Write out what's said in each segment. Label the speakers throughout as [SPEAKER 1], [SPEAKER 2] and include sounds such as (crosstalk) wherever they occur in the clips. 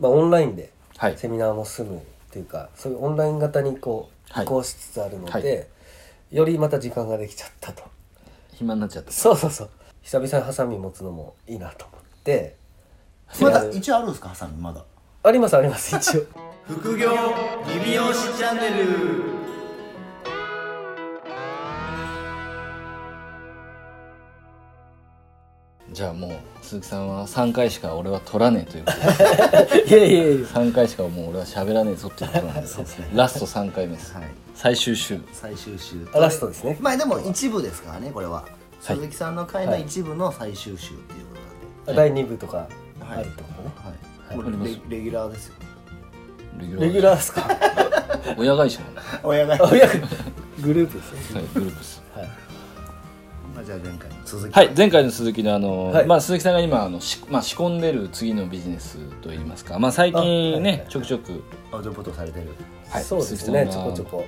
[SPEAKER 1] まあ、オンラインで
[SPEAKER 2] はい
[SPEAKER 1] セミナーも済むっていうかそういうオンライン型にこう
[SPEAKER 2] はい
[SPEAKER 1] 移行しつつあるので、
[SPEAKER 2] はい
[SPEAKER 1] よりまた時間ができちゃったと
[SPEAKER 2] 暇になっちゃった
[SPEAKER 1] そうそうそう久々にハサミ持つのもいいなと思って
[SPEAKER 3] まだ一応あるんですかハサミまだ
[SPEAKER 1] ありますあります一応
[SPEAKER 3] 副業リビオシチャンネル
[SPEAKER 2] じゃあもう鈴木さんは3回しか俺は取らねえとい
[SPEAKER 1] (laughs)
[SPEAKER 2] うこと
[SPEAKER 1] (laughs)
[SPEAKER 2] で
[SPEAKER 1] いやいやいや
[SPEAKER 2] 3回しかもう俺は喋らねえぞっていうことなんで
[SPEAKER 3] そうですね
[SPEAKER 2] ラスト3回目です、
[SPEAKER 3] はい
[SPEAKER 2] 最終週
[SPEAKER 3] 最終週
[SPEAKER 1] あラストですね
[SPEAKER 3] まあでも一部ですからねこれは、鈴木さんの回の一部の最終週っていうことなんで
[SPEAKER 1] 第2部とかあ
[SPEAKER 3] はい
[SPEAKER 1] るってことね、
[SPEAKER 3] はい、もうレレギュラーですよ
[SPEAKER 2] レギ
[SPEAKER 1] レギュ
[SPEAKER 2] ュラ
[SPEAKER 1] ラーですか
[SPEAKER 2] ー親会社の、は
[SPEAKER 3] 親が
[SPEAKER 1] あいやグループですね
[SPEAKER 2] い、グループです
[SPEAKER 1] はい
[SPEAKER 3] まあじゃあ前回の続き
[SPEAKER 2] はい、前回の鈴木のあの、
[SPEAKER 1] はい
[SPEAKER 2] まあ、鈴木さんが今あのし、まあ、仕込んでる次のビジネスといいますか、まあ、最近
[SPEAKER 1] あ
[SPEAKER 2] ね、
[SPEAKER 1] はい
[SPEAKER 2] ちょくちょく
[SPEAKER 3] あジョブとされてる
[SPEAKER 2] はい
[SPEAKER 1] そうですね、ち
[SPEAKER 2] 鈴木さ
[SPEAKER 1] ょ
[SPEAKER 2] んが
[SPEAKER 1] こちょこ、は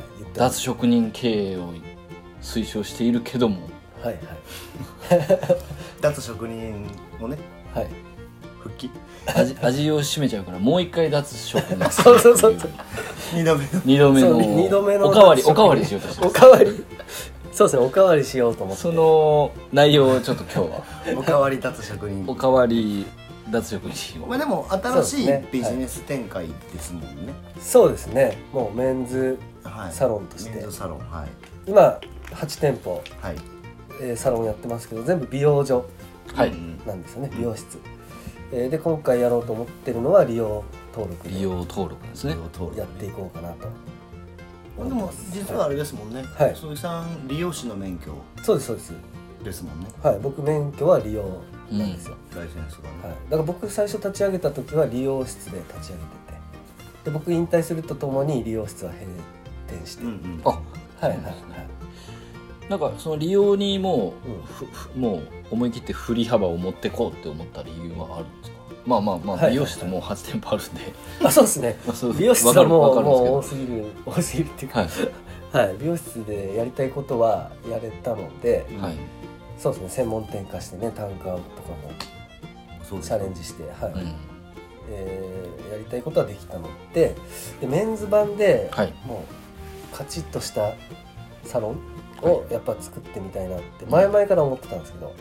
[SPEAKER 1] い、言ってます
[SPEAKER 2] 脱職人経営を推奨しているけども
[SPEAKER 1] はい
[SPEAKER 3] 脱職人をね
[SPEAKER 1] はいはい
[SPEAKER 3] 復帰
[SPEAKER 2] 味 (laughs) 味を占めちゃうからもう一回脱職
[SPEAKER 1] (laughs)
[SPEAKER 2] 人
[SPEAKER 1] そうそうそうそう
[SPEAKER 3] 二度目の
[SPEAKER 2] 二度目の
[SPEAKER 1] そう二度目の
[SPEAKER 2] おかわり
[SPEAKER 1] 脱
[SPEAKER 2] お
[SPEAKER 1] 色
[SPEAKER 2] かわりしようとして
[SPEAKER 1] お
[SPEAKER 2] ます
[SPEAKER 1] かわり (laughs) そうですねおかわりしようと思って
[SPEAKER 2] その内容をちょっと今日は
[SPEAKER 3] おかわり脱職人
[SPEAKER 2] おかわり脱職人を
[SPEAKER 3] まあでも新し
[SPEAKER 1] そ
[SPEAKER 3] い
[SPEAKER 1] うですね
[SPEAKER 3] ビジネス展開ですもんね
[SPEAKER 1] そうですねもうメンズ
[SPEAKER 3] はい
[SPEAKER 1] サロンとして
[SPEAKER 3] メンズサロンはい
[SPEAKER 1] 今8店舗、
[SPEAKER 3] はい
[SPEAKER 1] えーサロンやってますけど全部美容所
[SPEAKER 2] はい
[SPEAKER 3] うん
[SPEAKER 1] なんですよね美容室、えーで今回やろうと思ってるのは利用登録
[SPEAKER 2] 利
[SPEAKER 1] で
[SPEAKER 2] 用登録ですね
[SPEAKER 3] 利用登録
[SPEAKER 1] やっていこうかなと
[SPEAKER 3] でも実はあれですもんね、
[SPEAKER 1] はい
[SPEAKER 3] 鈴木さん利用師の免許
[SPEAKER 1] そうですそうです
[SPEAKER 3] ですもんね
[SPEAKER 1] はい僕免許は利用なんですよ、
[SPEAKER 3] ライセンスがね、
[SPEAKER 1] はい、だから僕最初立ち上げた時は理容室で立ち上げててで僕引退するとともに理容室は閉店して、
[SPEAKER 3] うんうん
[SPEAKER 2] あ
[SPEAKER 1] はいはいはい
[SPEAKER 2] なんかその利用にもう、
[SPEAKER 1] うん
[SPEAKER 2] ふふもう思い切って振り幅を持ってこうって思った理由はあるんですかまあまあま
[SPEAKER 1] はい
[SPEAKER 2] あ美容室もう8店舗あるんで、
[SPEAKER 1] あそうですね
[SPEAKER 2] まあそう
[SPEAKER 1] 美容室はも
[SPEAKER 2] わ
[SPEAKER 1] う
[SPEAKER 2] かる
[SPEAKER 1] もう
[SPEAKER 2] わ
[SPEAKER 1] 多
[SPEAKER 2] か
[SPEAKER 1] すぎる多すぎるっていうか、
[SPEAKER 2] るんですけど
[SPEAKER 1] はい、美容室でやりたいことはやれたので
[SPEAKER 3] うん
[SPEAKER 2] はい、はい
[SPEAKER 1] そうですね専門店化してね単価とかも
[SPEAKER 3] そうです
[SPEAKER 1] チャレンジして、はい
[SPEAKER 2] うん
[SPEAKER 1] えーやりたいことはできたのででメンズ版で、
[SPEAKER 2] はい
[SPEAKER 1] もうカチッとしたサロン
[SPEAKER 2] は
[SPEAKER 1] をやっぱ作ってみたいなって前々から思ってたんですけど、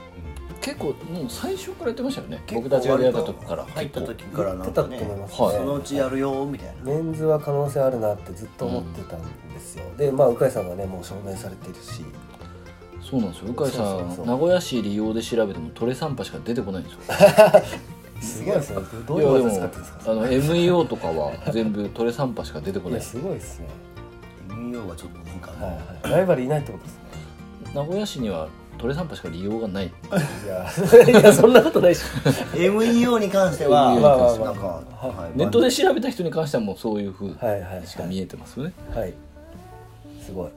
[SPEAKER 2] 結構もう最初からやってましたよね
[SPEAKER 3] 結
[SPEAKER 2] 僕
[SPEAKER 3] 構
[SPEAKER 2] たちが出会った時から
[SPEAKER 3] 入った時
[SPEAKER 1] 結構
[SPEAKER 3] からなんか
[SPEAKER 1] 言
[SPEAKER 3] ね
[SPEAKER 1] ってたと思います
[SPEAKER 2] ね
[SPEAKER 3] そのうちやるよみたいな、
[SPEAKER 1] メンズは可能性あるなってずっと思ってたんですよ、でまあ鵜飼さんがねもう証明されてるし
[SPEAKER 2] そうなんですよ鵜飼さん
[SPEAKER 1] そうそうそう
[SPEAKER 2] 名古屋市利用で調べてもトレサンパしか出てこないんですよ
[SPEAKER 1] すごいですねどう
[SPEAKER 2] い
[SPEAKER 1] いう
[SPEAKER 2] やで
[SPEAKER 1] 技
[SPEAKER 2] も
[SPEAKER 1] 使ってるんです
[SPEAKER 2] あ
[SPEAKER 1] か
[SPEAKER 2] の MEO とかは全部トレサンパしか出てこ
[SPEAKER 1] い
[SPEAKER 2] ない
[SPEAKER 1] やすごいですね
[SPEAKER 3] MEO はちょっとなんかね、
[SPEAKER 1] はいはいライバルいないってこと (laughs) ですね
[SPEAKER 2] 名古屋市にはトレサンパしか利用がない
[SPEAKER 1] いや (laughs) いやそんなことないでし
[SPEAKER 3] MEO に関しては
[SPEAKER 2] MEO
[SPEAKER 1] に関しては
[SPEAKER 3] なんか、はい
[SPEAKER 2] ネットで調べた人に関してはもうそういうふう
[SPEAKER 1] ょはいはいはい
[SPEAKER 2] しか見えてますよね
[SPEAKER 1] はいすごい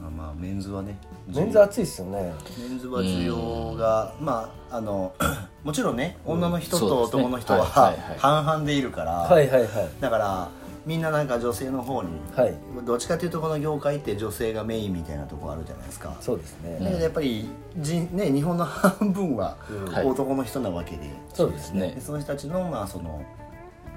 [SPEAKER 3] まあまあメンズはね
[SPEAKER 1] メンズ熱いですよね
[SPEAKER 3] メンズは需要がまああの (clears throat) もちろんね女の人と
[SPEAKER 2] そうですね
[SPEAKER 3] 男の人は
[SPEAKER 2] はいはいはい
[SPEAKER 3] 半々でいるから、
[SPEAKER 1] はいはいはい
[SPEAKER 3] だからみんななんか女性の方に、
[SPEAKER 1] はい
[SPEAKER 3] どっちかっていうとこの業界って女性がメインみたいなとこあるじゃないですか
[SPEAKER 1] そうですね、
[SPEAKER 3] だけどやっぱり人、 (laughs) ね、日本の半分は
[SPEAKER 2] はい
[SPEAKER 3] 男の人なわけで,、
[SPEAKER 1] そうですね
[SPEAKER 3] でその人たちのまあその、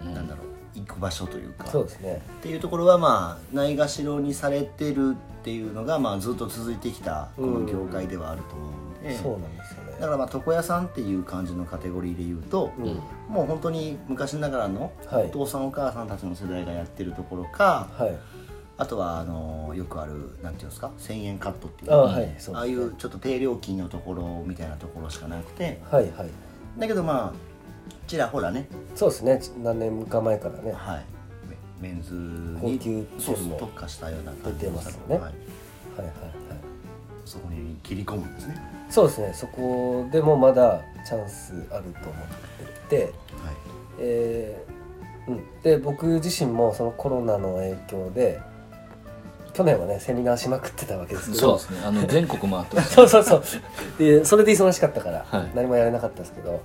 [SPEAKER 3] なんだろう行く場所というか
[SPEAKER 1] そうですね
[SPEAKER 3] っていうところはまあないがしろにされてるっていうのがまあずっと続いてきたこの業界ではあると思うんで、
[SPEAKER 1] そうなんですよ
[SPEAKER 3] だか
[SPEAKER 1] ね
[SPEAKER 3] らまあ床屋さんっていう感じのカテゴリーで言うと、
[SPEAKER 1] うん
[SPEAKER 3] もう本当に昔ながらの
[SPEAKER 1] はい
[SPEAKER 3] お父さんお母さんたちの世代がやってるところか、
[SPEAKER 1] はい
[SPEAKER 3] あとはあのよくあるなんていうんですか1,000円カットっていう
[SPEAKER 1] あはいそうですね
[SPEAKER 3] ああいうちょっと低料金のところみたいなところしかなくて
[SPEAKER 1] はいはい
[SPEAKER 3] だけどまあちらほらね、
[SPEAKER 1] そうですね何年か前からね
[SPEAKER 3] はい、メメンズ
[SPEAKER 1] 高
[SPEAKER 3] に
[SPEAKER 1] 級
[SPEAKER 3] そう
[SPEAKER 1] 店も
[SPEAKER 3] 特化したような感じ
[SPEAKER 1] 出てますよね
[SPEAKER 3] は
[SPEAKER 1] はい
[SPEAKER 3] い
[SPEAKER 1] はいはい
[SPEAKER 3] そこに切り込むんですね、
[SPEAKER 1] そうですねそこでもまだチャンスあると思ってて、
[SPEAKER 3] はい、
[SPEAKER 1] えーうん、で僕自身もそのコロナの影響で去年はねセミナーしまくってたわけですけ
[SPEAKER 2] そう
[SPEAKER 1] ど
[SPEAKER 2] ですねあの全国回ってまし
[SPEAKER 1] (laughs)
[SPEAKER 2] た
[SPEAKER 1] そうそうそうでそれで忙しかったから、
[SPEAKER 2] はい
[SPEAKER 1] 何もやれなかったですけど、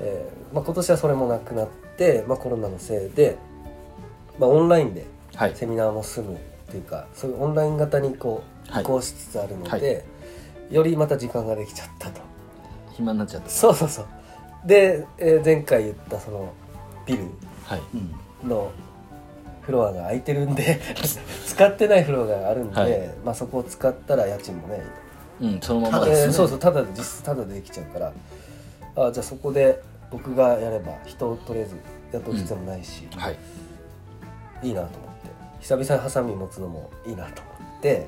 [SPEAKER 1] えーまあ、今年はそれもなくなって、まあ、コロナのせいで、まあ、オンラインで
[SPEAKER 2] はい
[SPEAKER 1] セミナーも済むっていうかそういうオンライン型にこう
[SPEAKER 2] はい
[SPEAKER 1] 移行しつつあるので、
[SPEAKER 2] はい
[SPEAKER 1] よりまた時間ができちゃったと。
[SPEAKER 2] 暇になっちゃった
[SPEAKER 1] そうそうそうで、えー前回言ったそのビル
[SPEAKER 2] はい
[SPEAKER 3] うん
[SPEAKER 1] のフロアが空いてるんで (laughs) 使ってないフロアがあるんで、
[SPEAKER 2] はい
[SPEAKER 1] まあ、そこを使ったら家賃もね
[SPEAKER 2] うんそのま
[SPEAKER 3] た
[SPEAKER 2] ま
[SPEAKER 3] だ
[SPEAKER 2] で
[SPEAKER 1] え
[SPEAKER 2] す
[SPEAKER 1] ー
[SPEAKER 2] ね
[SPEAKER 1] そうそうただで実質ただでできちゃうからあじゃあそこで僕がやれば人をとりあえず雇う必要もないし、
[SPEAKER 2] はい
[SPEAKER 1] い、いなと思って久々にハサミ持つのもいいなと思って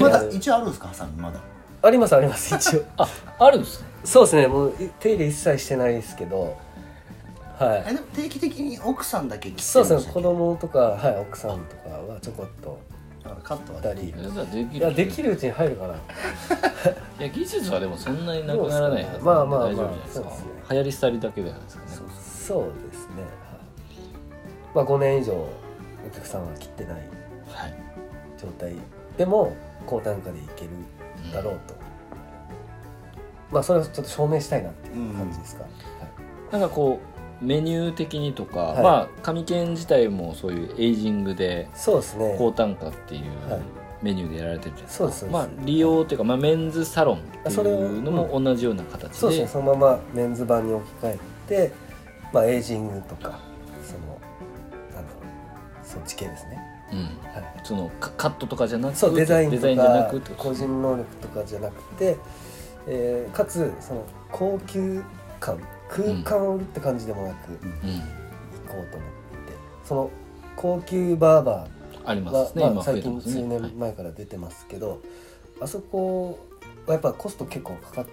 [SPEAKER 3] まだ一応あるんですかハサミまだ
[SPEAKER 1] ありますあります一応
[SPEAKER 2] ああるんですね
[SPEAKER 1] そうですねもうい手入れ一切してないですけどはい
[SPEAKER 3] えでも定期的に奥さんだけ切って
[SPEAKER 1] そう
[SPEAKER 3] るん
[SPEAKER 1] で
[SPEAKER 3] ですす
[SPEAKER 1] ね子供とか、はい、奥さんとかはちょこっと
[SPEAKER 3] カットは
[SPEAKER 1] 2人
[SPEAKER 2] えじゃあできる
[SPEAKER 1] いやできるうちに入るかない
[SPEAKER 2] や技術はでもそんなになくならないはずなんで
[SPEAKER 1] まあまあまあ
[SPEAKER 2] 大丈夫じゃないで
[SPEAKER 1] そ
[SPEAKER 2] すか
[SPEAKER 1] うですね
[SPEAKER 2] 流行り廃りだけじゃないですかね
[SPEAKER 3] そ
[SPEAKER 1] そ
[SPEAKER 3] う
[SPEAKER 1] うですね、はいまあ、5年以上お客さんは切ってない
[SPEAKER 2] はい
[SPEAKER 1] 状態でも高単価でいけるだろうと、まあそれをちょっと証明したいなっていう感じですか、
[SPEAKER 2] なんかこうメニュー的にとか、
[SPEAKER 1] はい
[SPEAKER 2] まあ紙券自体もそういうエイジングで
[SPEAKER 1] そうですね
[SPEAKER 2] 高単価っていう
[SPEAKER 1] はい
[SPEAKER 2] メニューでやられてるじゃないですか、
[SPEAKER 1] そうですそうです
[SPEAKER 2] まあ利用っていうか、まあ、メンズサロンって
[SPEAKER 1] それを
[SPEAKER 2] いうのも同じような形
[SPEAKER 1] そうです
[SPEAKER 2] で
[SPEAKER 1] ねそのままメンズ版に置き換えて、まあ、エイジングとかそのなんだろうそっち系ですね、
[SPEAKER 2] うん
[SPEAKER 1] はい、
[SPEAKER 2] そのカカットとかじゃなく
[SPEAKER 1] そうデザインと
[SPEAKER 2] デじゃな
[SPEAKER 1] か
[SPEAKER 2] くってこと
[SPEAKER 1] 個人能力とかじゃなくて、えーかつその高級感空間を売るって感じでもなく、
[SPEAKER 2] うん
[SPEAKER 1] 行こうと思ってその高級バーバ
[SPEAKER 2] あり
[SPEAKER 1] ー
[SPEAKER 2] ま
[SPEAKER 1] は
[SPEAKER 2] す、ね、
[SPEAKER 1] ま
[SPEAKER 2] 今
[SPEAKER 1] あ、
[SPEAKER 2] 増
[SPEAKER 1] 最
[SPEAKER 2] えて
[SPEAKER 1] 近
[SPEAKER 2] ます
[SPEAKER 1] 数
[SPEAKER 2] ね、はい
[SPEAKER 1] 年前から出てますけど、あそこはやっぱコスト結構かかっ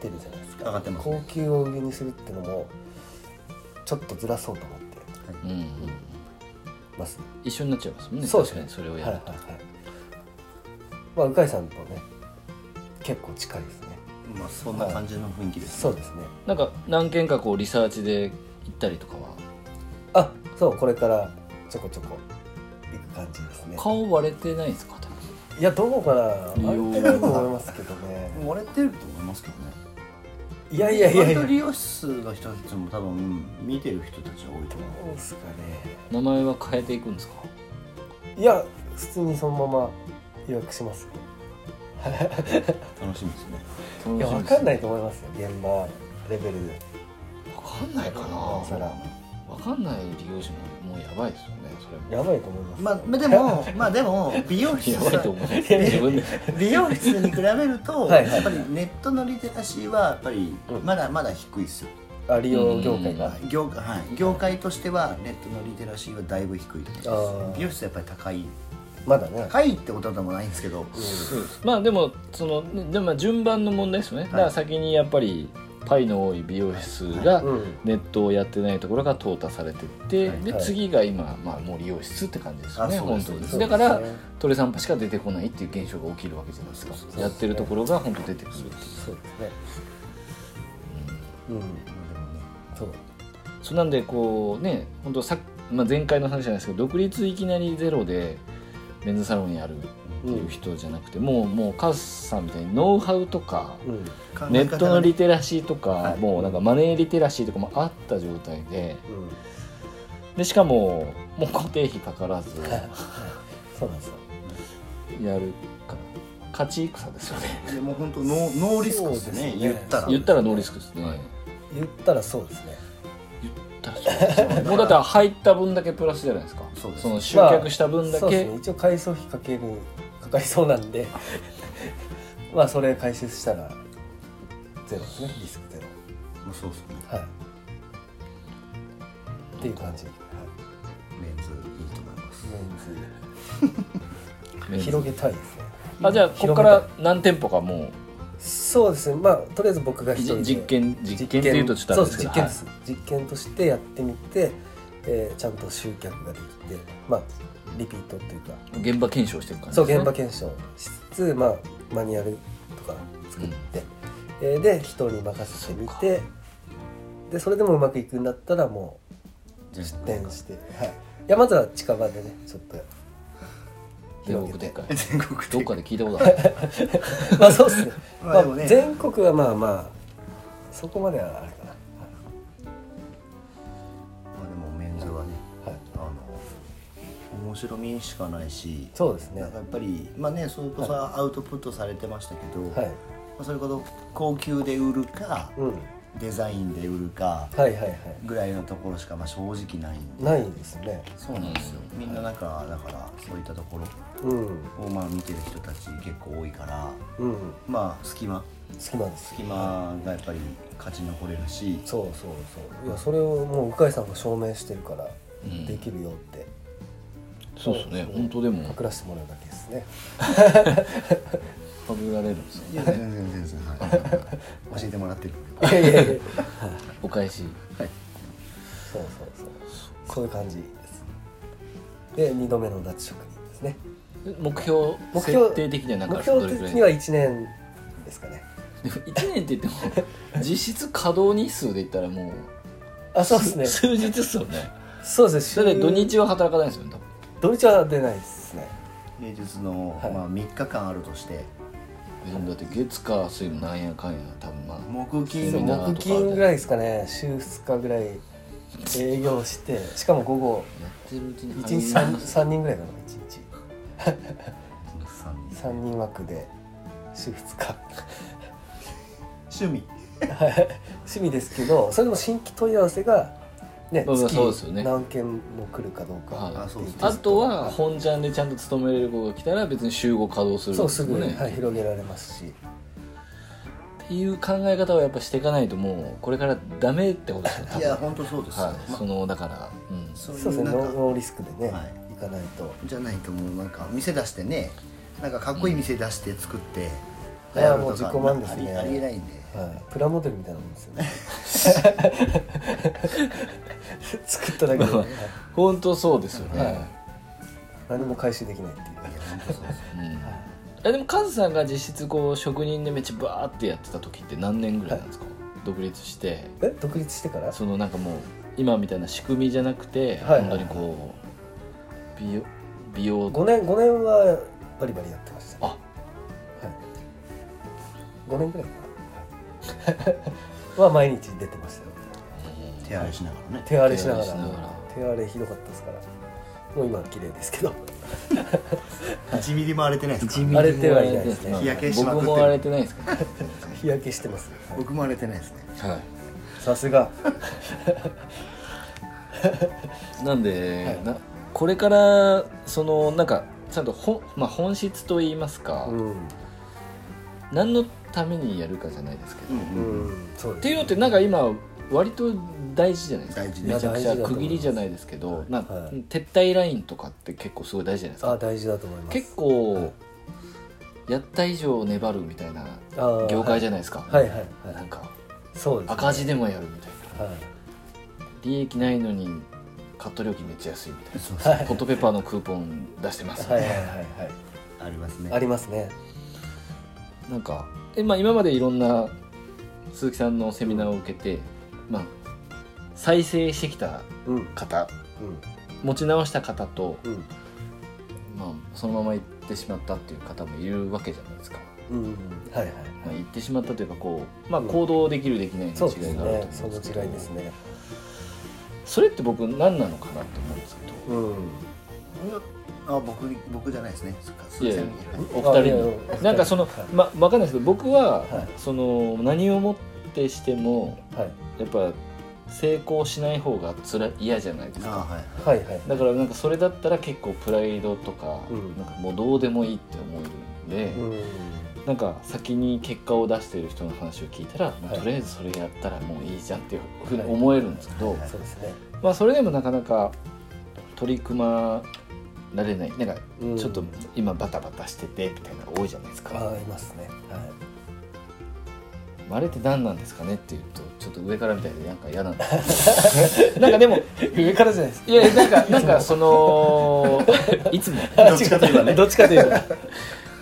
[SPEAKER 1] てるじゃないですか
[SPEAKER 3] かかってます
[SPEAKER 1] 高級を売りにするってのもちょっとずらそうと思って
[SPEAKER 2] うんうんうん
[SPEAKER 1] ます、
[SPEAKER 2] 一緒になっちゃいますもんね
[SPEAKER 1] そうですね
[SPEAKER 2] 確かにそれを
[SPEAKER 1] はい
[SPEAKER 2] や
[SPEAKER 1] はい
[SPEAKER 2] る
[SPEAKER 1] は
[SPEAKER 2] と、
[SPEAKER 1] いまあ鵜飼さんとね結構近いですね
[SPEAKER 3] まあそんな感じの雰囲気です
[SPEAKER 1] そうですね
[SPEAKER 2] なんか何件かこうリサーチで行ったりとかは
[SPEAKER 1] あそうこれからちょこちょこ行く感じですね
[SPEAKER 2] 顔割れてないですか多分
[SPEAKER 1] いやどうかな割れてないと思いますけどね
[SPEAKER 3] 割れてると思いますけどね
[SPEAKER 1] いやいやいやい
[SPEAKER 3] 割
[SPEAKER 1] や
[SPEAKER 3] と理容室の人たちも多分見てる人たちが多いと思
[SPEAKER 1] どうすかね
[SPEAKER 2] 名前は変えていくんですか
[SPEAKER 1] いや普通にそのまま予約します
[SPEAKER 3] う楽しみですね
[SPEAKER 1] いやわかんないと思いますよ現場レベルで
[SPEAKER 2] わかんないかな
[SPEAKER 1] 今更
[SPEAKER 2] わかんない利用者ももうやばいですよねそれも
[SPEAKER 1] やばいと思います、
[SPEAKER 3] まあでもまあで (laughs) も美容室
[SPEAKER 2] やばいと思う
[SPEAKER 1] や
[SPEAKER 2] 自分で
[SPEAKER 3] 美容室に比べる (laughs) と
[SPEAKER 1] はいはい
[SPEAKER 3] やっぱりネットのリテラシーはやっぱり
[SPEAKER 1] うん
[SPEAKER 3] まだまだ低いですよ、
[SPEAKER 1] あ利用業界が
[SPEAKER 2] う
[SPEAKER 1] あ
[SPEAKER 3] 業界はい、業界としてはネットのリテラシーはだいぶ低いと思います
[SPEAKER 1] ー
[SPEAKER 3] 美容室はやっぱり
[SPEAKER 1] まだね
[SPEAKER 3] 高い高いってことでもないんですけど、
[SPEAKER 2] そうですまあでもそのねでもまあ順番の問題ですよね、
[SPEAKER 3] い
[SPEAKER 2] だから先にやっぱりパイの多い美容室が
[SPEAKER 1] うん、
[SPEAKER 2] ネットをやってないところが淘汰されてって、
[SPEAKER 3] はい
[SPEAKER 2] で
[SPEAKER 1] はい
[SPEAKER 2] 次が今、まあ、もう利用室って感じですよね
[SPEAKER 3] あそうで
[SPEAKER 2] 本
[SPEAKER 3] す
[SPEAKER 2] 当に
[SPEAKER 1] そうですね
[SPEAKER 2] だからトレサンパしか出てこないっていう現象が起きるわけじゃないですか
[SPEAKER 1] そうそう
[SPEAKER 2] やってるところが本当出てくるって
[SPEAKER 1] そ
[SPEAKER 2] いう
[SPEAKER 1] うですねうんそう
[SPEAKER 2] そうなんでこうね本当さ、まあ、前回の話じゃないですけど独立いきなりゼロでメンズサロンやるっていう人じゃなくて、もうもうカスさんみたいにノウハウとか
[SPEAKER 1] うんうん
[SPEAKER 3] 考え方が
[SPEAKER 2] ネットのリテラシーとか、
[SPEAKER 3] はい
[SPEAKER 2] もうなんかマネーリテラシーとかもあった状態ででしかももう固定費かからず
[SPEAKER 1] そうなんですよ
[SPEAKER 2] やるから勝ち戦ですよね
[SPEAKER 3] でもう本当ノーノーリスクです
[SPEAKER 1] そ
[SPEAKER 3] ね
[SPEAKER 1] うですね
[SPEAKER 3] 言ったら
[SPEAKER 2] 言ったらノーリスクですね、
[SPEAKER 1] 言ったらそうですね
[SPEAKER 2] だからもうだって入った分だけプラスじゃないですか
[SPEAKER 3] そうです
[SPEAKER 2] の集客した分だ
[SPEAKER 1] そうで
[SPEAKER 2] け、
[SPEAKER 1] すね一応改装費かけるかかりそうなんで (laughs) まあそれ解説したらゼロですねリスクゼロ
[SPEAKER 3] もうそうですね
[SPEAKER 1] はい。っていう感じ。はい
[SPEAKER 3] メンズいいと思います
[SPEAKER 1] メンズ。広げたいですね。
[SPEAKER 2] あじゃあここ
[SPEAKER 1] 広
[SPEAKER 2] から何店舗かも
[SPEAKER 1] そうですね。まあとりあえず僕が
[SPEAKER 2] う
[SPEAKER 1] 一
[SPEAKER 2] じ
[SPEAKER 1] 人で
[SPEAKER 2] 実験実験っていうとちょっとあ
[SPEAKER 1] そうですす
[SPEAKER 2] れでけど
[SPEAKER 1] 実験です、実験としてやってみて、えーちゃんと集客ができて、まあリピートっていうか、
[SPEAKER 2] はい現場検証してる感じ
[SPEAKER 1] そう
[SPEAKER 2] ですね
[SPEAKER 1] 現場検証しつつ、まあマニュアルとか作って、えーで人に任せてみて、でそれでもうまくいくんだったらもう
[SPEAKER 3] 全
[SPEAKER 1] 転して、はい、いやまずは近場でねちょっと広
[SPEAKER 2] 全
[SPEAKER 1] げて
[SPEAKER 2] 国展開
[SPEAKER 3] 全国
[SPEAKER 2] どっ
[SPEAKER 3] 的
[SPEAKER 2] かで聞いたことあ
[SPEAKER 1] (laughs)
[SPEAKER 2] る
[SPEAKER 1] まあそうですね,、
[SPEAKER 3] まあ
[SPEAKER 1] まあ
[SPEAKER 3] でもね
[SPEAKER 1] 全国はまあまあそこまではあれかな
[SPEAKER 3] まあでもメンズはね
[SPEAKER 1] はい、はい、
[SPEAKER 3] あの面白みしかないし
[SPEAKER 1] そうですね
[SPEAKER 3] なんかやっぱりまあねそれこそアウトプットされてましたけど、
[SPEAKER 1] はい
[SPEAKER 3] まあそれこそ高級で売るか
[SPEAKER 1] うん
[SPEAKER 3] デザインで売るか
[SPEAKER 1] はいはいはい
[SPEAKER 3] ぐらいのところしかまあ正直ないんで
[SPEAKER 1] ないですね
[SPEAKER 3] そうなんですよみんななんかだからそういったところ
[SPEAKER 1] うん
[SPEAKER 3] をまあ見てる人たち結構多いから
[SPEAKER 1] うん
[SPEAKER 3] まあ隙間
[SPEAKER 1] 隙間です
[SPEAKER 3] 隙間がやっぱり勝ち残れるし
[SPEAKER 1] そうそうそういやそれをもう鵜飼さんが証明してるから
[SPEAKER 2] うん
[SPEAKER 1] できるよって
[SPEAKER 2] そうですね本当でも
[SPEAKER 1] パクらせてもらうだけですね
[SPEAKER 2] パクられるんですね
[SPEAKER 3] いや全然全然
[SPEAKER 1] (laughs)
[SPEAKER 3] はい教えてもらってる
[SPEAKER 1] いやいやいや
[SPEAKER 2] お返し
[SPEAKER 1] そうそうそうそういう感じですで2度目の脱職人ですね
[SPEAKER 2] 目標
[SPEAKER 1] 目標
[SPEAKER 2] 設定的にはなんか
[SPEAKER 1] 目
[SPEAKER 2] ど
[SPEAKER 1] 標的
[SPEAKER 2] れくらい
[SPEAKER 1] には1年ですかね
[SPEAKER 2] でも1年って言っても
[SPEAKER 1] (laughs)
[SPEAKER 2] 実質稼働日数で言ったらもう
[SPEAKER 1] あそう
[SPEAKER 2] (laughs)
[SPEAKER 1] ですね
[SPEAKER 2] 数日っすよね
[SPEAKER 1] そうです
[SPEAKER 2] それ
[SPEAKER 1] ね
[SPEAKER 2] で土日は働かないんですよね多分
[SPEAKER 1] 土日は出ないですね
[SPEAKER 3] 平日の
[SPEAKER 1] はい
[SPEAKER 3] まあ3日間あるとして
[SPEAKER 2] えでもだって月火水もなんやかんや多分まあ
[SPEAKER 3] 木金
[SPEAKER 1] そう
[SPEAKER 2] みんなとか
[SPEAKER 1] 木金ぐらいですかね週2日ぐらい営業してしかも午後
[SPEAKER 2] やってるうちに
[SPEAKER 1] 1日 3, 三人ぐらいかな1日3人枠で週2日 (laughs)
[SPEAKER 3] 趣味
[SPEAKER 1] 趣味ですけどそれでも新規問い合わせがね
[SPEAKER 2] まあまあ
[SPEAKER 1] 月
[SPEAKER 2] そうですよね
[SPEAKER 1] 何件も来るかどうか、
[SPEAKER 2] はい
[SPEAKER 3] あそうですね
[SPEAKER 2] あとは本ちゃんでちゃんと勤めれる子が来たら別に週5稼働する
[SPEAKER 1] そ
[SPEAKER 2] ん
[SPEAKER 1] う
[SPEAKER 2] ですよ
[SPEAKER 1] ぐ、
[SPEAKER 2] ね
[SPEAKER 1] はい、広げられますし
[SPEAKER 2] っていう考え方をやっぱしていかないともうこれからダメってことですよ多
[SPEAKER 3] い
[SPEAKER 2] 分
[SPEAKER 3] や本当そうですよ
[SPEAKER 2] はい、
[SPEAKER 3] ま
[SPEAKER 2] そのだから、うん、
[SPEAKER 3] そ
[SPEAKER 1] そううで
[SPEAKER 3] い
[SPEAKER 1] す
[SPEAKER 3] う
[SPEAKER 1] ね
[SPEAKER 3] な
[SPEAKER 1] ノー
[SPEAKER 3] んか
[SPEAKER 1] ノーリスクでね、、
[SPEAKER 3] はい
[SPEAKER 1] かないと
[SPEAKER 3] じゃないともうなんか店出してねなんかかっこいい店出して作って
[SPEAKER 1] うん
[SPEAKER 3] やる
[SPEAKER 1] いやもう
[SPEAKER 3] とか
[SPEAKER 1] 自己満ですね
[SPEAKER 3] ありありえないんで
[SPEAKER 1] はい、プラモデルみたいなもんですよ
[SPEAKER 2] (laughs)
[SPEAKER 1] ね作っただけで、
[SPEAKER 2] まあ
[SPEAKER 1] はい
[SPEAKER 2] 本当そうですよね、
[SPEAKER 1] はい何も回収できないっていう
[SPEAKER 3] いや本当そうですよ
[SPEAKER 2] うんえでもカズさんが実質こう職人でめっちゃバーってやってた時って何年ぐらいなんですか、独立して
[SPEAKER 1] え独立してから
[SPEAKER 2] そのなんかもう今みたいな仕組みじゃなくて、
[SPEAKER 1] はい
[SPEAKER 2] 本当にこう美容美容
[SPEAKER 1] 5年5年はバリバリやってました、
[SPEAKER 2] あ
[SPEAKER 1] はい、5年ぐらいかなは毎日出てましたよ
[SPEAKER 3] 手洗いしながらね
[SPEAKER 1] 手荒れしながら
[SPEAKER 2] 手荒れしながら
[SPEAKER 1] 手荒れひどかったですからもう今は綺麗ですけど
[SPEAKER 3] 1ミリも荒れてないですか
[SPEAKER 1] 荒れてはいないですね
[SPEAKER 3] 日焼けしまく
[SPEAKER 2] 僕
[SPEAKER 3] ってる
[SPEAKER 2] も荒れてないですか
[SPEAKER 1] 日焼けしてますねはい
[SPEAKER 3] 僕も荒れてないですね
[SPEAKER 2] ら、はい
[SPEAKER 1] さすが
[SPEAKER 2] なんで、なこれからそのなんかちゃんと本,、まあ、本質といいますか、
[SPEAKER 1] うん
[SPEAKER 2] 何のためにやるかじゃないですけど、
[SPEAKER 3] うん
[SPEAKER 2] っ
[SPEAKER 1] うんそうで
[SPEAKER 2] て
[SPEAKER 1] す
[SPEAKER 2] いうのってなんか今割と大事じゃないですか
[SPEAKER 3] 大事
[SPEAKER 2] め
[SPEAKER 3] で
[SPEAKER 2] ち
[SPEAKER 3] す
[SPEAKER 2] ゃくちゃ
[SPEAKER 1] いや大事だと思います
[SPEAKER 2] 区切りじゃないですけど、なんか
[SPEAKER 1] はい
[SPEAKER 2] 撤退ラインとかって結構すごい大事じゃないです
[SPEAKER 1] あ
[SPEAKER 2] か
[SPEAKER 1] 大事だと思います
[SPEAKER 2] 結構やった以上粘るみたいな
[SPEAKER 1] 構
[SPEAKER 2] 業界じ
[SPEAKER 1] ゃ
[SPEAKER 2] ゃないですか、
[SPEAKER 1] はいはいはい
[SPEAKER 2] なんか
[SPEAKER 1] そうですね
[SPEAKER 2] 赤字でもやるみたいな
[SPEAKER 1] はい
[SPEAKER 2] 利益ないのにカット料金めっちゃ安いみたいな
[SPEAKER 3] そう
[SPEAKER 1] はい
[SPEAKER 2] ホットペッパーのクーポン出してます、
[SPEAKER 1] はいはいはいはい
[SPEAKER 3] ありますね
[SPEAKER 1] ありますね
[SPEAKER 2] なんかえ、まあ、今までいろんな鈴木さんのセミナーを受けて、まあ、再生してきた
[SPEAKER 1] うん
[SPEAKER 2] 方
[SPEAKER 1] うん
[SPEAKER 2] 持ち直した方と、
[SPEAKER 1] うん
[SPEAKER 2] まあ、そのまま行ってしまったっていう方もいるわけじゃないですか、
[SPEAKER 1] うんはいはい
[SPEAKER 2] まあ、行ってしまったというかこう、まあ、
[SPEAKER 1] うん
[SPEAKER 2] 行動できるできないの
[SPEAKER 1] そうで
[SPEAKER 2] 違
[SPEAKER 1] す
[SPEAKER 2] いがある
[SPEAKER 1] ね
[SPEAKER 2] と
[SPEAKER 1] そ
[SPEAKER 2] 思
[SPEAKER 1] の
[SPEAKER 2] うんですけど
[SPEAKER 1] 違いですね
[SPEAKER 2] それって僕何なのかなって思うんですけど
[SPEAKER 1] うん
[SPEAKER 3] あ僕に僕じゃないですねそっか
[SPEAKER 2] い
[SPEAKER 3] 鈴
[SPEAKER 2] やい
[SPEAKER 3] 木さ
[SPEAKER 2] や
[SPEAKER 3] んにはい
[SPEAKER 2] お二
[SPEAKER 1] あいや
[SPEAKER 2] 人
[SPEAKER 1] いや
[SPEAKER 2] に
[SPEAKER 1] お二人
[SPEAKER 2] なんかその、
[SPEAKER 1] はい
[SPEAKER 2] まあわかんないですけど僕は、
[SPEAKER 1] はい
[SPEAKER 2] その何をもってしても
[SPEAKER 1] はい
[SPEAKER 2] やっぱ成功しない方がつら嫌じゃないです
[SPEAKER 3] あ
[SPEAKER 2] か
[SPEAKER 3] はい
[SPEAKER 1] はいはい
[SPEAKER 2] だからなんかそれだったら結構プライドとか,、
[SPEAKER 1] うん
[SPEAKER 2] なんかもうどうでもいいって思えるんで、
[SPEAKER 1] うん
[SPEAKER 2] なんか先に結果を出している人の話を聞いたら、もう
[SPEAKER 1] はい
[SPEAKER 2] とりあえずそれやったらもういいじゃんっていうふうに
[SPEAKER 1] はい
[SPEAKER 2] 思えるんですけど、
[SPEAKER 3] はい
[SPEAKER 1] そうですね
[SPEAKER 2] まあそれでもなかなか取り組まられないなんか
[SPEAKER 1] うん
[SPEAKER 2] ちょっと今バタバタしててみたいなの多いじゃないですか、
[SPEAKER 1] あいますねはい
[SPEAKER 2] あれって何なんですかねっていうとちょっと上からみたいでなんか嫌なんですけどなんかでも
[SPEAKER 1] 上からじゃないですか
[SPEAKER 2] いやなんかなんかそのいつも
[SPEAKER 1] どっちかといえばねどっちかといえばはい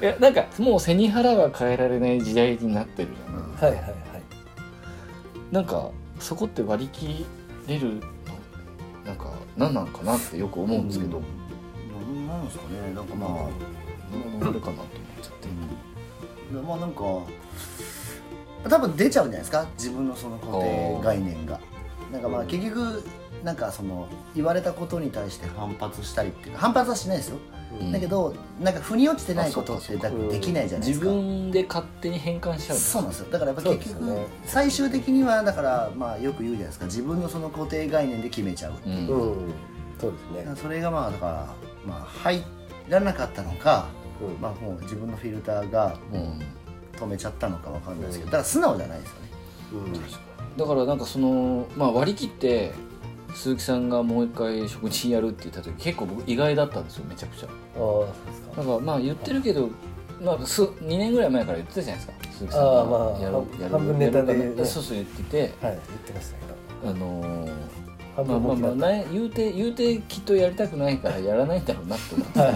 [SPEAKER 2] いやなんかもう背に腹は変えられない時代になってるじゃない、
[SPEAKER 3] うん
[SPEAKER 1] はいはい
[SPEAKER 2] なんかそこって割り切れるのなんか何なんかなってよく思うんですけど、
[SPEAKER 3] うんなんですかねなんかまあ、
[SPEAKER 2] 何なんでかなと思っちゃって
[SPEAKER 3] でまあなんか多分出ちゃうんじゃないですか自分のその固定概念がなんかまあ
[SPEAKER 2] うん
[SPEAKER 3] 結局なんかその言われたことに対して反発したりっていうか反発はしないですよ、
[SPEAKER 2] うん
[SPEAKER 3] だけどなんか腑に落ちてないこと
[SPEAKER 2] あ
[SPEAKER 3] っ
[SPEAKER 2] そう
[SPEAKER 3] て
[SPEAKER 2] か
[SPEAKER 3] だ
[SPEAKER 1] そうか
[SPEAKER 3] できないじゃない
[SPEAKER 2] 自
[SPEAKER 3] ですか
[SPEAKER 2] 分で勝手に変換しちゃう
[SPEAKER 3] そうなんですよだからやっぱ
[SPEAKER 1] そうです
[SPEAKER 3] 結
[SPEAKER 1] よ
[SPEAKER 3] 局、
[SPEAKER 1] ね
[SPEAKER 3] 最終的にはだからまあよく言うじゃないですか自分のその固定概念で決めちゃう、
[SPEAKER 2] う
[SPEAKER 3] だ
[SPEAKER 2] ん
[SPEAKER 1] うん、そうです
[SPEAKER 3] か
[SPEAKER 1] ね
[SPEAKER 3] らそれがまあだからまあ入らなかったのか
[SPEAKER 1] うん
[SPEAKER 3] まあもう自分のフィルターが
[SPEAKER 2] う
[SPEAKER 3] も
[SPEAKER 2] ん
[SPEAKER 3] う止めちゃったのかわかんないですけどだから素直じゃないですよね
[SPEAKER 1] うん
[SPEAKER 2] だからなんかその、まあ、割り切って鈴木さんがもう一回食事やるって言った時結構僕意外だったんですよめちゃくち
[SPEAKER 1] あ
[SPEAKER 2] ゃ
[SPEAKER 1] あそうですか
[SPEAKER 2] なんかまあ言ってるけど、まあ、す2年ぐらい前から言ってたじゃないですか鈴木さん
[SPEAKER 1] あーま
[SPEAKER 2] が
[SPEAKER 1] あ
[SPEAKER 2] やる
[SPEAKER 1] 半
[SPEAKER 2] やる
[SPEAKER 1] 半分ネタで
[SPEAKER 2] やる
[SPEAKER 1] ね
[SPEAKER 2] そうそう言ってて
[SPEAKER 1] はい言ってましたけど
[SPEAKER 2] あのー
[SPEAKER 1] 半
[SPEAKER 2] まあ
[SPEAKER 1] 分
[SPEAKER 2] ま
[SPEAKER 1] 本
[SPEAKER 2] あ
[SPEAKER 1] 気
[SPEAKER 2] ま
[SPEAKER 1] だ
[SPEAKER 2] あ
[SPEAKER 1] った
[SPEAKER 2] な言うて言うてきっとやりたくないからやらないんだろうなって思ってたら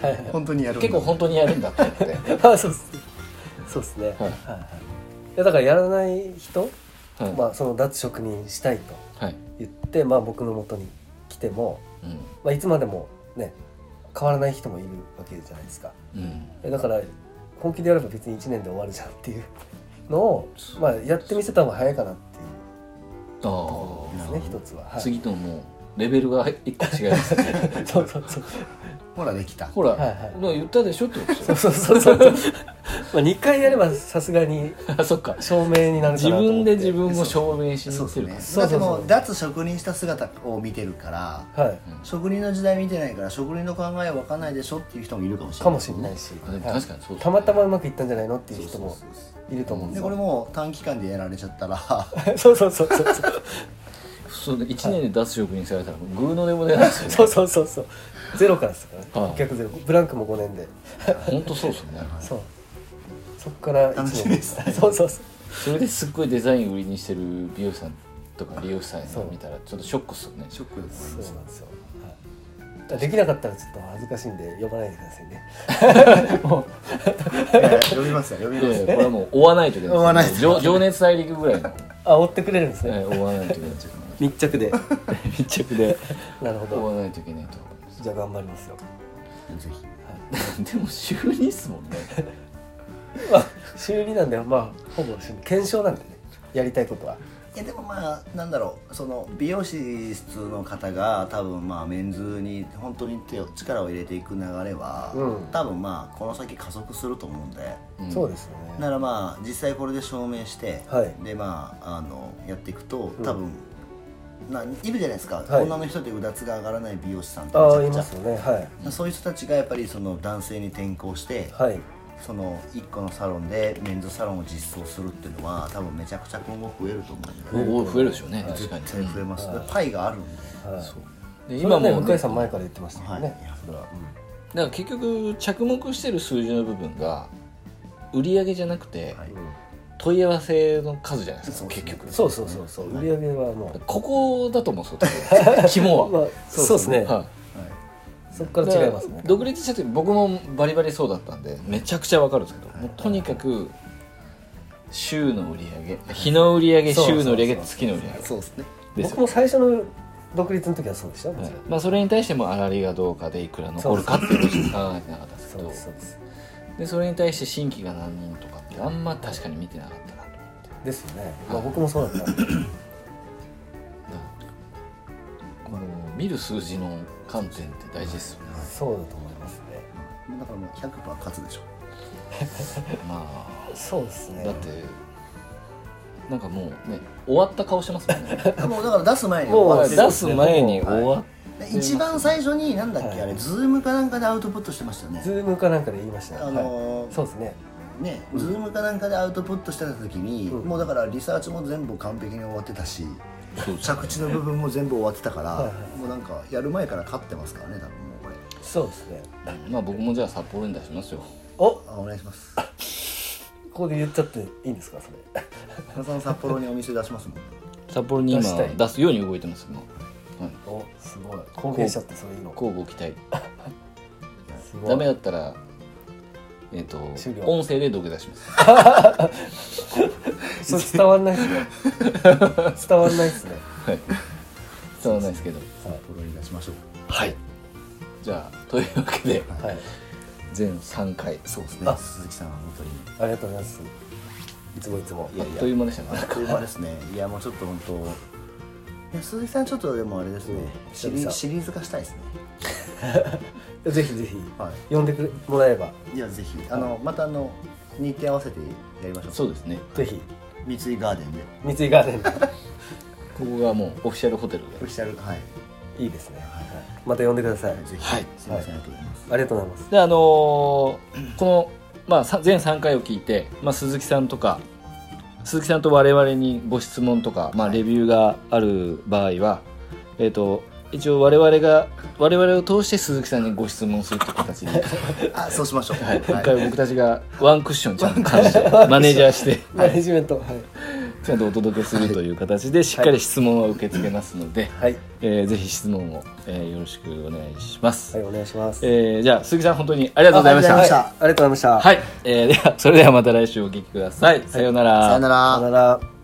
[SPEAKER 1] はいはい
[SPEAKER 3] 本当にや
[SPEAKER 2] 結構本当にやるんだって思って
[SPEAKER 1] あそうっすそうですね、はい
[SPEAKER 2] は
[SPEAKER 1] はい
[SPEAKER 2] い
[SPEAKER 1] いやだからやらない人、
[SPEAKER 2] はい、
[SPEAKER 1] まあ、その脱職人したいと
[SPEAKER 2] はい
[SPEAKER 1] 言って、まあ、僕の元に来ても、
[SPEAKER 2] うん
[SPEAKER 1] まあ、いつまでもね変わらない人もいるわけじゃないですか
[SPEAKER 2] うん
[SPEAKER 1] えだから本気でやれば別に1年で終わるじゃんっていうのを、まあ、やってみせた方が早いかなっていう
[SPEAKER 2] あ
[SPEAKER 1] ところ
[SPEAKER 2] あ、
[SPEAKER 1] ですね一つは、はい、
[SPEAKER 2] 次ともうレベルが一個違いますね
[SPEAKER 1] そうそうそう
[SPEAKER 3] ほらできた
[SPEAKER 2] ほら、
[SPEAKER 1] はいはい
[SPEAKER 2] まあ言ったでしょってことです
[SPEAKER 1] そ
[SPEAKER 2] よ
[SPEAKER 1] うそうそうそう (laughs) まあ2回やればさすがに
[SPEAKER 2] あそっか
[SPEAKER 1] 証明になるか
[SPEAKER 2] 自
[SPEAKER 1] なと思って
[SPEAKER 2] 分で自分を証明しに
[SPEAKER 3] そ
[SPEAKER 2] 行っ
[SPEAKER 3] うです
[SPEAKER 2] てる
[SPEAKER 3] ね
[SPEAKER 2] から
[SPEAKER 1] そうそうそう
[SPEAKER 3] だってもう脱職人した姿を見てるから
[SPEAKER 1] はい
[SPEAKER 3] 職人の時代見てないから職人の考えは分かんないでしょっていう人もいるかもしれな
[SPEAKER 1] か
[SPEAKER 3] い
[SPEAKER 1] もしれないし、
[SPEAKER 2] あでも
[SPEAKER 1] はい
[SPEAKER 2] 確かにそうですね
[SPEAKER 1] たまたまうまくいったんじゃないのっていう
[SPEAKER 3] そう
[SPEAKER 1] 人
[SPEAKER 3] そう
[SPEAKER 1] も
[SPEAKER 3] そうそう
[SPEAKER 1] いると思うんで
[SPEAKER 3] ですこれ
[SPEAKER 1] よ。
[SPEAKER 3] もう短期間でやられちゃった
[SPEAKER 1] (laughs)
[SPEAKER 3] ら
[SPEAKER 1] そうそうそうそうそう
[SPEAKER 2] そう1年で脱職にされたらグーの音も出ないですよね
[SPEAKER 1] (laughs) そうそうそうそうゼロからですからね
[SPEAKER 2] はい
[SPEAKER 1] 逆ゼロブランクも5年で
[SPEAKER 2] 本当そうですよね
[SPEAKER 1] そうそっから1
[SPEAKER 3] 楽し
[SPEAKER 1] 年
[SPEAKER 3] みですね
[SPEAKER 1] そうそうそう
[SPEAKER 2] それですっごいデザイン売りにしてる美容師さんとか理容師さんが見たらちょっとショックっすよね
[SPEAKER 3] ショックだと思いま
[SPEAKER 1] そう
[SPEAKER 3] す
[SPEAKER 1] なんですよ、はいだからできなかったらちょっと恥ずかしいんで呼ばないでくださいね
[SPEAKER 3] いや呼びますよ呼び
[SPEAKER 2] い
[SPEAKER 3] ま
[SPEAKER 2] やい
[SPEAKER 3] す
[SPEAKER 2] や
[SPEAKER 3] よ
[SPEAKER 2] これはもう追わないといけないです
[SPEAKER 3] 追わないと
[SPEAKER 2] 情情熱大陸ぐらいの、
[SPEAKER 1] あ追ってくれるんですね、
[SPEAKER 2] えー追わないといけない
[SPEAKER 1] 密着で
[SPEAKER 2] (laughs) 密着で
[SPEAKER 1] (laughs) なるほ
[SPEAKER 2] 追
[SPEAKER 1] ど
[SPEAKER 2] わないといけないと思います
[SPEAKER 1] じゃあ頑張りますよ
[SPEAKER 3] ぜひ
[SPEAKER 2] でも週2っすもんね
[SPEAKER 1] まあ週2なんでまあほぼ週二検証なんでねやりたいことはい
[SPEAKER 3] やでもまあなんだろうその美容室の方が多分まあメンズに本当に手を力を入れていく流れは、
[SPEAKER 1] うん
[SPEAKER 3] 多分まあこの先加速すると思うんで
[SPEAKER 2] うん
[SPEAKER 1] そうですよね
[SPEAKER 3] ならまあ実際これで証明して、
[SPEAKER 1] はい
[SPEAKER 3] でまああのやっていくと
[SPEAKER 1] うん
[SPEAKER 3] 多分、ないるじゃないですか、
[SPEAKER 1] はい
[SPEAKER 3] 女の人でうだつが上がらない美容師さんって
[SPEAKER 1] ああい
[SPEAKER 3] めちゃ
[SPEAKER 1] ま
[SPEAKER 3] く
[SPEAKER 1] す
[SPEAKER 3] ち
[SPEAKER 1] よねはい
[SPEAKER 3] ゃそういう人たちがやっぱりその男性に転向して、
[SPEAKER 1] はい
[SPEAKER 3] その1個のサロンでメンズサロンを実装するっていうのは多分めちゃくちゃ今後増えると思うんで、
[SPEAKER 2] おお増えるでしょうね確
[SPEAKER 3] 絶
[SPEAKER 2] かに
[SPEAKER 3] 対増えます、パイがあるんで、
[SPEAKER 1] はい
[SPEAKER 2] で
[SPEAKER 1] 今
[SPEAKER 2] 今
[SPEAKER 1] も
[SPEAKER 2] も
[SPEAKER 1] 向井さん前から言ってました
[SPEAKER 3] は
[SPEAKER 1] よ
[SPEAKER 3] い、
[SPEAKER 1] ね、
[SPEAKER 3] いや
[SPEAKER 1] それは
[SPEAKER 2] だから結局着目してる数字の部分が売り上げじゃなくて
[SPEAKER 3] はい
[SPEAKER 2] 問い合わせの数じゃないです
[SPEAKER 3] そ
[SPEAKER 2] か
[SPEAKER 3] うです
[SPEAKER 2] 結
[SPEAKER 3] ね
[SPEAKER 2] 局
[SPEAKER 1] そうそうそうそう売り上げはも
[SPEAKER 2] ここだと思うんですよ
[SPEAKER 1] う、(laughs)
[SPEAKER 2] 肝
[SPEAKER 1] ま
[SPEAKER 2] は
[SPEAKER 1] あ、そうですね、
[SPEAKER 2] は
[SPEAKER 1] そこ
[SPEAKER 2] い
[SPEAKER 1] から違います
[SPEAKER 2] だか
[SPEAKER 1] ね
[SPEAKER 2] ら独立した時僕もバリバリそうだったんでめちゃくちゃわかるんですけどもうとにかく週の売り上げ日の売り上げ
[SPEAKER 1] そうそうそう
[SPEAKER 2] 週の売り上げ月の売り上げ
[SPEAKER 3] そうですね
[SPEAKER 2] です
[SPEAKER 1] 僕
[SPEAKER 2] よ
[SPEAKER 1] も最初の独立の時はそうでしたも
[SPEAKER 2] はい
[SPEAKER 1] ちろん
[SPEAKER 2] まあそれに対してもあらりがどうかでいくら残るかっていうことしか考えてなかったんですけ
[SPEAKER 1] そう
[SPEAKER 2] ど
[SPEAKER 1] ですそうです
[SPEAKER 2] でそれに対して新規が何人とかってあんま確かに見てなかったなと思って
[SPEAKER 1] ですよね、まあ、僕もそうだ (coughs) ったんで
[SPEAKER 2] この見る数字の観点って大事ですよね
[SPEAKER 1] そうだと思いますね
[SPEAKER 3] だからもう100%勝つでしょ
[SPEAKER 2] ま
[SPEAKER 1] そうです
[SPEAKER 2] あ
[SPEAKER 1] ね
[SPEAKER 2] だってなんかもうね終わった顔してますもんね
[SPEAKER 3] もうだから出す前に
[SPEAKER 1] もう
[SPEAKER 3] 終わ
[SPEAKER 2] 出
[SPEAKER 3] ってる
[SPEAKER 2] す前に終わっ
[SPEAKER 3] で一番最初になんだっけ、
[SPEAKER 1] はい
[SPEAKER 3] あれズームかなんかでアウトプットしてましたよね
[SPEAKER 1] ズームかなんかで言いましたね、
[SPEAKER 3] あのー
[SPEAKER 1] はいそうですね
[SPEAKER 3] ねズームかなんかでアウトプットしてた時に、
[SPEAKER 1] うん
[SPEAKER 3] もうだからリサーチも全部完璧に終わってたし
[SPEAKER 2] そうですね
[SPEAKER 3] 着地の部分も全部終わってたから、
[SPEAKER 1] はいは
[SPEAKER 3] もうなんかやる前から勝ってますからね多分もうこれ
[SPEAKER 1] そうですね
[SPEAKER 2] まあ僕もじゃあ札幌に出しますよ
[SPEAKER 1] おこ
[SPEAKER 3] あお願い
[SPEAKER 1] (laughs)
[SPEAKER 3] します
[SPEAKER 1] こで言っちゃっていいんですかそれ
[SPEAKER 3] 花さん札幌にお店出しますもん
[SPEAKER 2] 札幌に今
[SPEAKER 1] 出したい
[SPEAKER 2] 出すように動いてます今、はい、
[SPEAKER 1] おすごい貢献しちゃってそれいいの
[SPEAKER 2] 工房期待
[SPEAKER 1] すごい
[SPEAKER 2] ダメだったらえっ、と
[SPEAKER 1] 終了
[SPEAKER 2] 音声で土下座
[SPEAKER 1] (laughs)
[SPEAKER 2] します
[SPEAKER 1] それ伝わんないです (laughs) ね伝わんないですね
[SPEAKER 2] 伝わらないですけど
[SPEAKER 3] 札幌に出しましょう
[SPEAKER 2] はいじゃあというわけで
[SPEAKER 1] はい
[SPEAKER 2] 全3回
[SPEAKER 3] そうです
[SPEAKER 1] あ
[SPEAKER 3] ね鈴木さんは本当に
[SPEAKER 1] ありがとうございますいつもいつも
[SPEAKER 3] い
[SPEAKER 2] あ
[SPEAKER 3] や
[SPEAKER 2] っ
[SPEAKER 3] いや
[SPEAKER 2] という間でした
[SPEAKER 1] (laughs)
[SPEAKER 2] ね
[SPEAKER 3] あっという間ですねいやもうちょっと本当いや鈴木さんちょっとでもあれですね、
[SPEAKER 1] うん
[SPEAKER 3] シリ
[SPEAKER 1] 久々
[SPEAKER 3] シリーズ化したいですね
[SPEAKER 1] ぜひぜひ
[SPEAKER 3] は
[SPEAKER 1] 呼んでくれもらえば
[SPEAKER 3] いいやぜひあのまたあの日程合わせてやりましょう
[SPEAKER 2] そうですね
[SPEAKER 1] ぜひ
[SPEAKER 3] 三井ガーデンで
[SPEAKER 1] 三井ガーデンで
[SPEAKER 2] ここがもうオフィシャルホテル
[SPEAKER 3] オフィ
[SPEAKER 2] で
[SPEAKER 3] シャルはい、
[SPEAKER 1] いいですね
[SPEAKER 3] はいは
[SPEAKER 1] また呼んでください、
[SPEAKER 3] い、ぜひ、
[SPEAKER 2] はい
[SPEAKER 3] すみませんありがとうございます
[SPEAKER 1] ありがとうございます
[SPEAKER 2] であのーこの、まあ、さ全3回を聞いて、まあ、鈴木さんとか鈴木さんと我々にご質問とか、まあ、レビューがある場合は、えー、と一応我々が我々を通して鈴木さんにご質問するという形で、
[SPEAKER 3] あそうしましょう
[SPEAKER 2] はい、
[SPEAKER 3] は
[SPEAKER 2] 今
[SPEAKER 3] い
[SPEAKER 2] 回僕たちがワンクッションちゃんと感じてマネージャーして
[SPEAKER 1] マネジメントはい、
[SPEAKER 2] ちゃんとお届けするという形でしっかり質問は受け付けますので、
[SPEAKER 1] はい
[SPEAKER 2] えーぜひ質問を、えーよろしくお願いします。
[SPEAKER 1] はい、お願いします、
[SPEAKER 2] えーじゃあ鈴木さん本当にありがとうございまし
[SPEAKER 3] ありがとうございま
[SPEAKER 2] た
[SPEAKER 3] した。
[SPEAKER 1] はいありがとうございました、
[SPEAKER 2] はい、えーではそれではまた来週お聞きください。さようなら。
[SPEAKER 3] さよなら
[SPEAKER 1] さよなら